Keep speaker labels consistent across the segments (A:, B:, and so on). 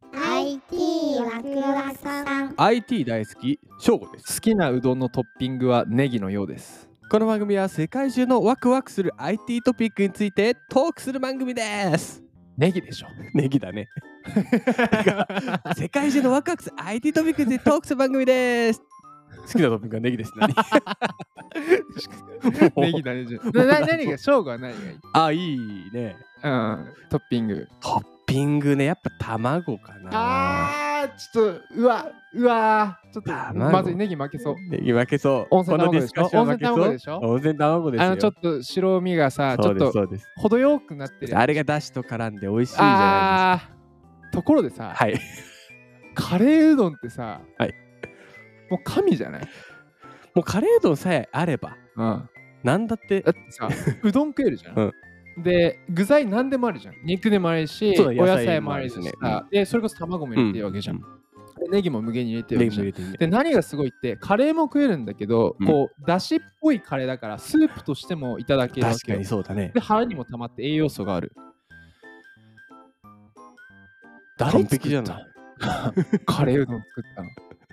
A: IT ワクワクさん
B: IT 大好き翔吾です
C: 好きなうどんのトッピングはネギのようです
B: この番組は世界中のワクワクする IT トピックについてトークする番組です
C: ネギでしょ
B: ネギだね世界中のワクワクする IT トピックについてトークする番組です好きなトピックはネギです 何
C: ネギだねじゃなな何が勝負は何がいい、
B: あいいね
C: うん、トッピング
B: トッピングねやっぱ卵かな
C: あーちょっとうわうわちょっと
B: 卵
C: まずいネギ負けそう
B: ネギ負けそう
C: 温泉卵
B: こ
C: で
B: のデ
C: し
B: ィス
C: ょ
B: カッション負けそう
C: 温泉卵でしょ
B: 温泉卵ですよ
C: あのちょっと白身がさち
B: そ
C: ょ
B: う
C: っ
B: で
C: と
B: すそうです
C: 程よくなってる
B: あれがだしと絡んで美味しいじゃ
C: あーところでさ、
B: ないですかはい
C: カレーうどんってさ、
B: はい
C: もう神じゃない、
B: もうカレーうどんさえあれば
C: うん、
B: なんだって
C: だって さうどん食えるじゃん、で具材何でもあるじゃん肉でもあるし
B: そうだ
C: お野
B: 野菜
C: 菜
B: も
C: も
B: あ
C: あ
B: る
C: る
B: し
C: し
B: ね
C: さでそれこそ卵も入れてるわけじゃん、
B: う
C: でネギも無限に入れてるわ
B: ネ
C: けじゃん
B: ギも入れてるね
C: で何がすごいってカレーも食えるんだけど、
B: うん
C: こうだしっぽいカレーだからスープとしてもいただけるわ
B: 確
C: け
B: か
C: よ
B: にそうだね
C: で腹にも溜まって栄養素がある誰
B: 完璧じゃない
C: カレーうどん作ったの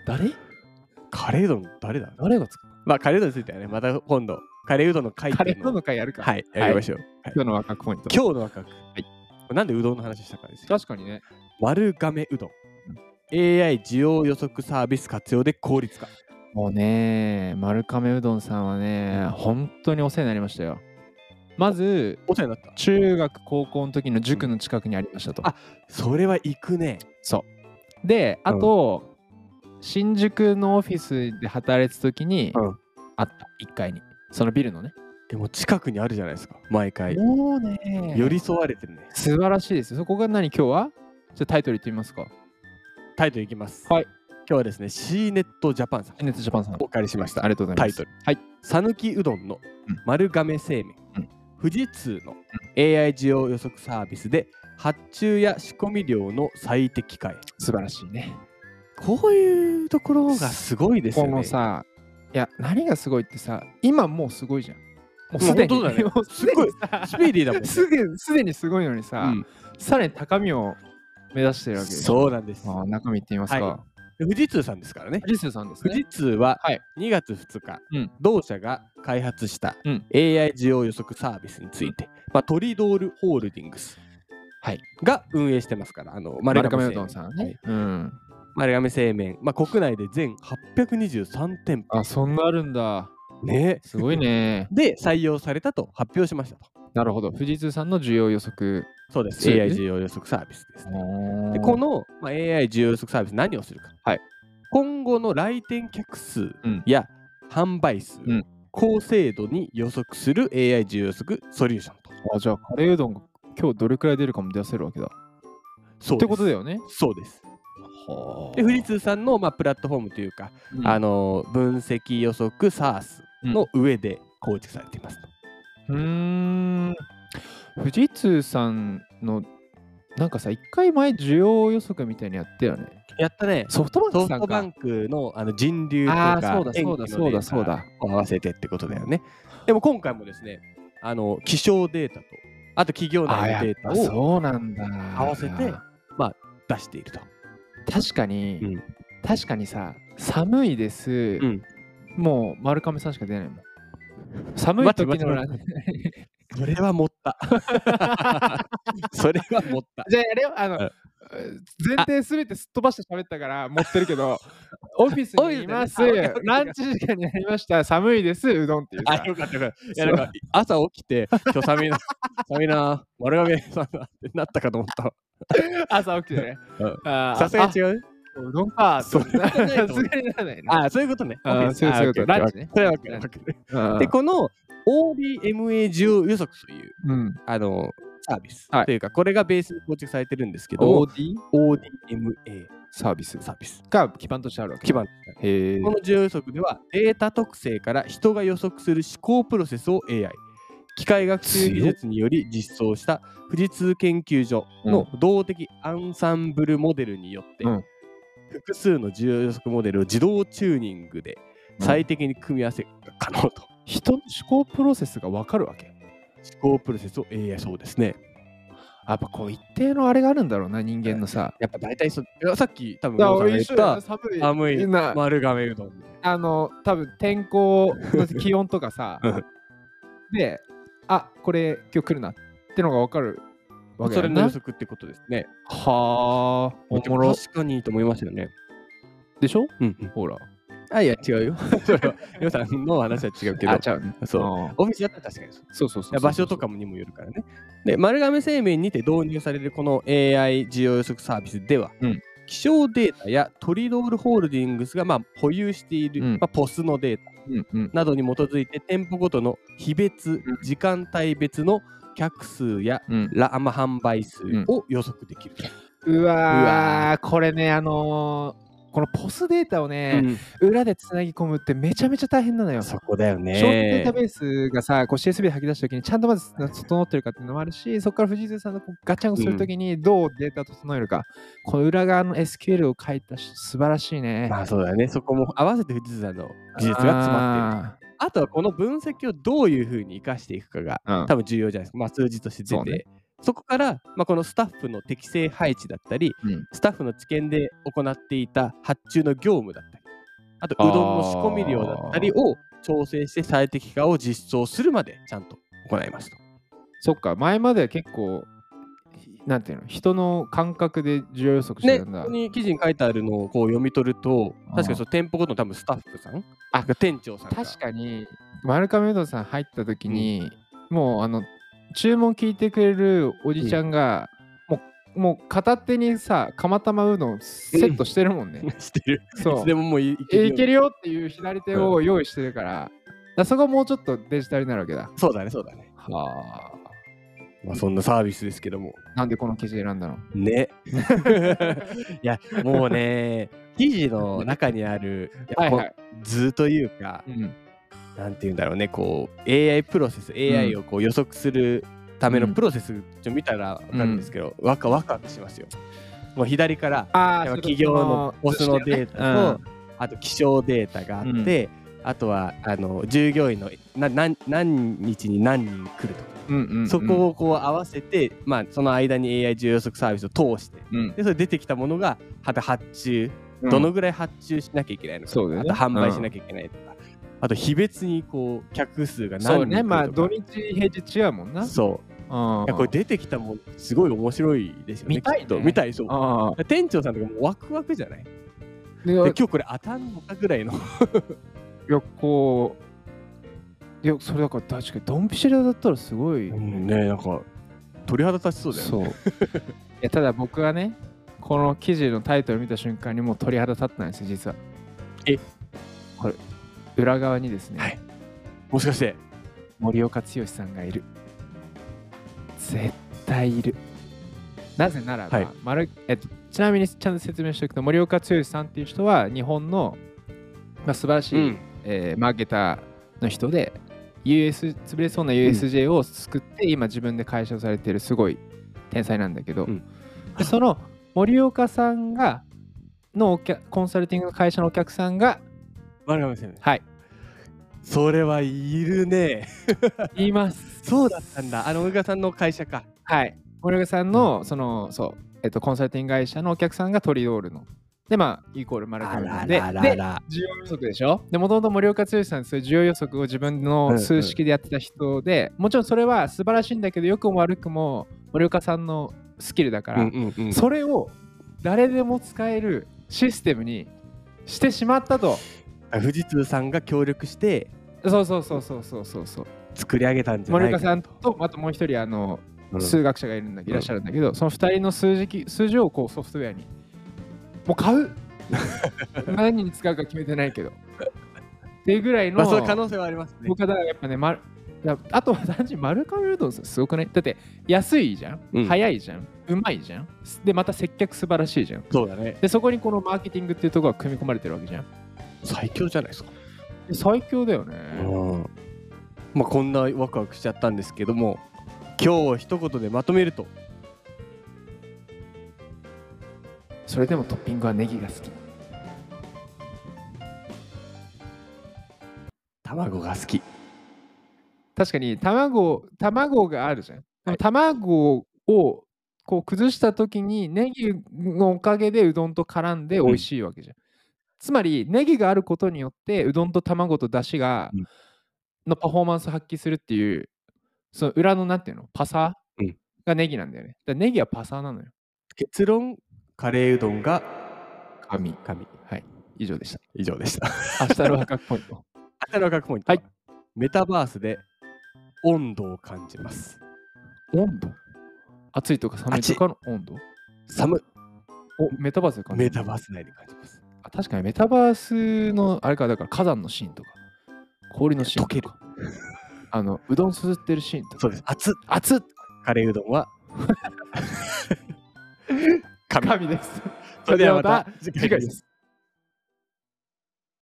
C: 誰
B: カレーうどん誰だ
C: 誰が作っ
B: まあカレーうどんについてはねまた今度カレーうどんの回
C: たカレーうどんの会やるか
B: はいやりましょう、
C: 今日のワクワクポイント
B: 今日の赤く、なんでうどんの話したかですよ
C: 確かにね
B: 丸亀うどん AI 需要予測サービス活用で効率化
C: もうね、丸亀うどんさんはね、本当にお世話になりましたよ。まず、
B: お世話になっ
C: 中学、高校の時の塾の近くにありましたと。
B: あたそれは行くね
C: そう。で、あと、新宿のオフィスで働いてた時に、
B: うん
C: あった、1階に。そのビルのね。
B: でも近くにあるじゃないですか毎回
C: もうね
B: 寄り添われてるね
C: 素晴らしいですよ。そこが何今日はじゃあタイトル言ってみますか。
B: タイトルいきます
C: はい
B: 今日はですね C ネットジャパンさん
C: ネットジャパンさん。
B: お借りしました
C: ありがとうございます。
B: タイ
C: はい。
B: 讃岐うどんの
C: うん
B: 丸亀製麺、
C: うん
B: 富士通の AI 需要予測サービスで発注や仕込み量の最適化へ
C: 素晴らしいね。
B: こういうところがすごいですよ
C: こ
B: ね。
C: のさ、いや、何がすごいってさ、今もうすごいじゃん。もう
B: もう
C: すでに、
B: 本当だね
C: もうすでにさ
B: スピーディーだもんね、
C: すでにすでにすごいのに
B: う
C: さ、さらに高みを目指してるわ
B: ん
C: けです。
B: そうなんです。
C: あー中身いってみますか。
B: はで富士通さんですからね。
C: リスさんです
B: 富
C: ね。
B: 士通は
C: はい
B: 2月2日、
C: うん
B: 同社が開発した
C: うん
B: AI 需要予測サービスについて、まあ、トリドールホールディングス
C: はい
B: が運営してますから、あの丸
C: 丸
B: 亀
C: 亀
B: 製
C: うど
B: 麺
C: んさんね。うん。
B: 丸亀製麺、まあ、国内で全823店
C: あ、そんなあるんだ。
B: 舗、ね、
C: すごいね。
B: で採用されたと発表しましたと。
C: なるほど。富士通さんの需要予測。
B: そうです。
C: そうね
B: AI 需要予測サービスですね。
C: で
B: でこ、の、まあ、AI 需要予測サービス何をするか、
C: はい
B: 今後の来店客数
C: ん
B: や販売数、
C: うん
B: 高精度に予測する AI 需要予測ソリューションと。
C: あじゃあ、カレーうどんが今日どれくらい出るかも出せるわけだ。っ
B: そう
C: てことだ
B: よ。
C: よね。
B: そうです。
C: は
B: で、富士通さんの、まあ、プラットフォームというか、あの分析予測 SaaS の上で構築されていますと。
C: うーん富士通さんのなんかさ一回前需要予測みたいにやったよね
B: やったね。
C: ソフトバン
B: ソ
C: ク
B: フ
C: さん
B: トバン
C: か
B: クのあの人流と
C: あ
B: か
C: あーそうだそうだ
B: 天気の
C: そう
B: デー
C: だ
B: タ
C: そうだ
B: を合わせてってことだよね。でも今回もですね、あの気象データと、あと企業
C: あ
B: 内の
C: や
B: デ
C: っ
B: ータ
C: ぱ
B: を
C: そうなんだ
B: 合わせて出していると。
C: 確かに、
B: うん
C: 確かにさ寒いです、
B: ん
C: もう丸亀さんしか出ないもん寒い
B: 待って
C: 時
B: 待って
C: のラン
B: それは持った。 それは持った。
C: じゃあやれよあの
B: うん
C: 前提すべてすっ飛ばして喋ったから持ってるけ どオフィスにいます
B: オフィスでねあオッケーオ
C: ランチ
B: ッケー
C: 時間になりました寒いですうどんっていうさ
B: あ、よかったよかった。いやなんか朝起きて、今日 寒いな、寒いな、丸亀さんだってなったかと思ったわ。
C: 朝起きてね
B: うん。
C: あー
B: さすがに違うね。
C: あうどんかーって
B: そう
C: さすがにならないな。
B: あ、そういうことね。
C: あ
B: OK
C: そういうそういうこと
B: OK
C: ランチね
B: それはわかるわかる。
C: うん
B: で、この ODMA 需要予測という
C: うん。
B: あのサービス、
C: はい
B: というか、これがベースに構築されてるんですけども、
C: OD
B: ODMA
C: サービス
B: サービス、
C: が基盤としてあるわけ。
B: 基。盤。
C: へえ
B: こ。の需要予測では、データ特性から人が予測する思考プロセスを AI、機械学習技術により実装した富士通研究所の動的アンサンブルモデルによって、
C: うん
B: 複数の需要予測モデルを自動チューニングで最適に組み合わせが可能と。
C: 人の思考プロセスがわかるわけ。
B: 思考プロセスを AI そうですね。
C: やっぱこう一定のあれがあるんだろうな、人間のさ。
B: やっぱ大体そさっき多分
C: だから
B: 郷さんが
C: 俺
B: 言っ
C: 一緒だよ
B: た
C: 寒い
B: 寒い
C: な、
B: 丸亀うどん
C: あの、多分天候の気温とか さ
B: うん、
C: で、あこれ今日来るなってのが分かるわけ
B: そ
C: だ
B: れ
C: よ
B: の
C: な
B: 予。測ってことですね
C: はあ、おもろ。
B: 確かにいいと思いましたよね
C: でしょ
B: うんうん
C: ほら。
B: あいや違 うよそれは皆さんの話は違うけど
C: あ、ちゃう。
B: そう
C: あー
B: お店だったら確かにそう
C: そうそうそうそう。
B: 場所とかにもよるからね。で、丸亀製麺にて導入されるこの AI 需要予測サービスでは、
C: うん
B: 気象データやトリドールホールディングスがまあ保有している、
C: うん
B: まあ、ポスのデータ
C: うんうん。
B: などに基づいて、店舗ごとの日別
C: うん、
B: 時間帯別の客数や
C: うん
B: ラまあ販売数を予測できると。
C: う
B: う
C: わ
B: わ
C: ーこれね、あのー、このポスデータをね、裏でつなぎ込むってめちゃめちゃ大変なのよ。ショー
B: こだよ
C: トデータベースがさ、こう CSV 吐き出したときに、ちゃんとまず整ってるかっていうのもあるし、そこから藤井さんのこうガチャンコするときに、どうデータを整えるか、この裏側の SQL を書いたし、素晴らしいね。
B: まあそうだね、そこも合わせて富士山の技術が詰まっている。
C: って
B: あとはこの分析をどういうふうに生かしていくかが
C: る。うん
B: 多分重要じゃないですか、まあ、数字として
C: そ
B: 出
C: うね
B: てそ,、こから、まあ、このスタッフの適正配置だったり、
C: うん
B: スタッフの知見で行っていた発注の業務だったりあとうどんの仕込み量だったりを調整して最適化を実装するまでちゃんと行いますと。
C: そっか、前までは結構、なんていうの、人の感覚で需要予測して
B: ね、
C: る
B: こ
C: んだ。
B: こに記事に書いてあるのをこう読み取ると
C: あー
B: 確かにその店舗ごとの多分スタッフさん
C: あ
B: 店長さんが
C: 確かに丸亀うどんさん入った時に、もうあの注文聞いてくれるおじちゃんが、もうもう片手にさ釜玉うどんセットしてるもんね、
B: してる。い
C: そ
B: つ
C: う
B: でももういいける
C: え
B: よう
C: い
B: に
C: けるよっていう左手を用意してるから,、そこはもうちょっとデジタルになるわけだ
B: そうだねそうだね。
C: は
B: まあ、そんなサービスですけども。
C: あなんでこの記事選んだの
B: ね。 いや、もうね、記事の中にあ る、
C: はい
B: こう
C: はい、
B: 図というか、
C: うん、
B: なんて言うんだろうね、こう、AI プロセス、AI をこう予測するための
C: うん
B: プロセス、ちょ見たらわかるんですけど、わかワクワクしますよ。もう左から、
C: あ
B: やっぱ企業のオスのデータと、あと気象データがあって、あとはあの従業員のな何何日に何人来るとか、
C: うんうんうん、
B: そこをこう合わせて、まあ、その間に AI 需要予測サービスを通して
C: うん、
B: でそれ出てきたものがはた発注
C: うん
B: どのぐらい発注しなきゃいけないのか、
C: そうだよ
B: あ
C: ね
B: と販売しなきゃいけないとか、あと日別にこう客数が
C: そ
B: 何
C: う
B: 人
C: ねまあ
B: 来ると
C: 土
B: か
C: 日平日違うもんな
B: そう
C: あ
B: いやこれ出てきたもんすごい面白いですよね
C: 見たいね
B: きっと見たいそう
C: ああ
B: 店長さんとかもうワクワクじゃない
C: で
B: で今日これ当たんのかぐらいの
C: いやこういやそれだから確かにドンピシャだったらすごい、
B: うんねなんか鳥肌立ちそうだよね
C: そう いやただ僕はねこの記事のタイトル見た瞬間にもう鳥肌立ってないんですよ実は
B: え
C: これ裏側にですね、
B: はいもしかして
C: 森岡剛さんがいる絶対いるなぜならば、
B: はい
C: 丸えっと、ちなみにちゃんと説明しておくと森岡剛さんっていう人は日本の、まあ、素晴らしい、えーマーケターの人で US 潰れそうな USJ を作って、今自分で解消されてるすごい天才なんだけど、
B: うん
C: でその森岡さんがのお客コンサルティングの会社のお客さんが
B: 丸亀製麺
C: はい
B: それはいるね
C: います
B: そうだったんだあの宇賀さんの会社か
C: はい森岡さんのそのそうえっとコンサルティング会社のお客さんがトリドールのでまあイコールマルカなんでで
B: ら
C: 需要予測でしょでもともと森岡剛さんそういう需要予測を自分の数式でやってた人で、もちろんそれは素晴らしいんだけど良くも悪くも森岡さんのスキルだから、
B: うんうんうん
C: それを誰でも使えるシステムにしてしまったと
B: 富士通さんが協力して
C: そうそうそうそうそうそうそう
B: 作り上げたんじゃな
C: 森
B: いか
C: 岡
B: な
C: さんとあともう一人あの
B: うん
C: 数学者がいるんだ、いらっしゃるんだけどその2人の数字数字をこうソフトウェアにもう買 う何に使うか決めてないけどっていうぐらいの、
B: まあ、その可能性はありますね。
C: 僕はだからやっぱね、ま、だあとは単純に丸亀うどんさんすごくないだって安いじゃん、
B: うん
C: 早いじゃんうまいじゃんでまた接客素晴らしいじゃん
B: そうだね。
C: でそこにこのマーケティングっていうところが組み込まれてるわけじゃん
B: 最強じゃないですか。
C: 最強だよね、
B: うん。まあ、こんなワクワクしちゃったんですけども、今日を一言でまとめると、
C: それでもトッピングはネギが好き
B: 卵が好き。
C: 確かに卵卵があるじゃん、
B: はい
C: 卵をこう崩した時にネギのおかげでうどんと絡んで美味しいわけじゃん。つまりネギがあることによってうどんと卵と出汁が
B: うん
C: のパフォーマンスを発揮するっていうその裏のなんていうのパサ
B: う
C: ー
B: ん
C: がネギなんだよね。だからネギはパサーなのよ。
B: 結論、カレーうどんが
C: 神。
B: 神。
C: 以上でした。
B: 以上でした。
C: 明日の若くポイント。
B: 明日の学ポイント。
C: はい。
B: メタバースで温度を感じます。
C: 温度暑いとか寒いとかの温度
B: 寒い
C: おメタバースで感じ
B: メ
C: る
B: タバース内で感じます。
C: あ確かにメタバースのあれかだから火山のシーンとか氷のシーンとかあのうどんすすってるシーンとか
B: そうです。熱っ
C: 熱っ
B: カレーうどんは神。
C: 神です
B: それではまた
C: 次回です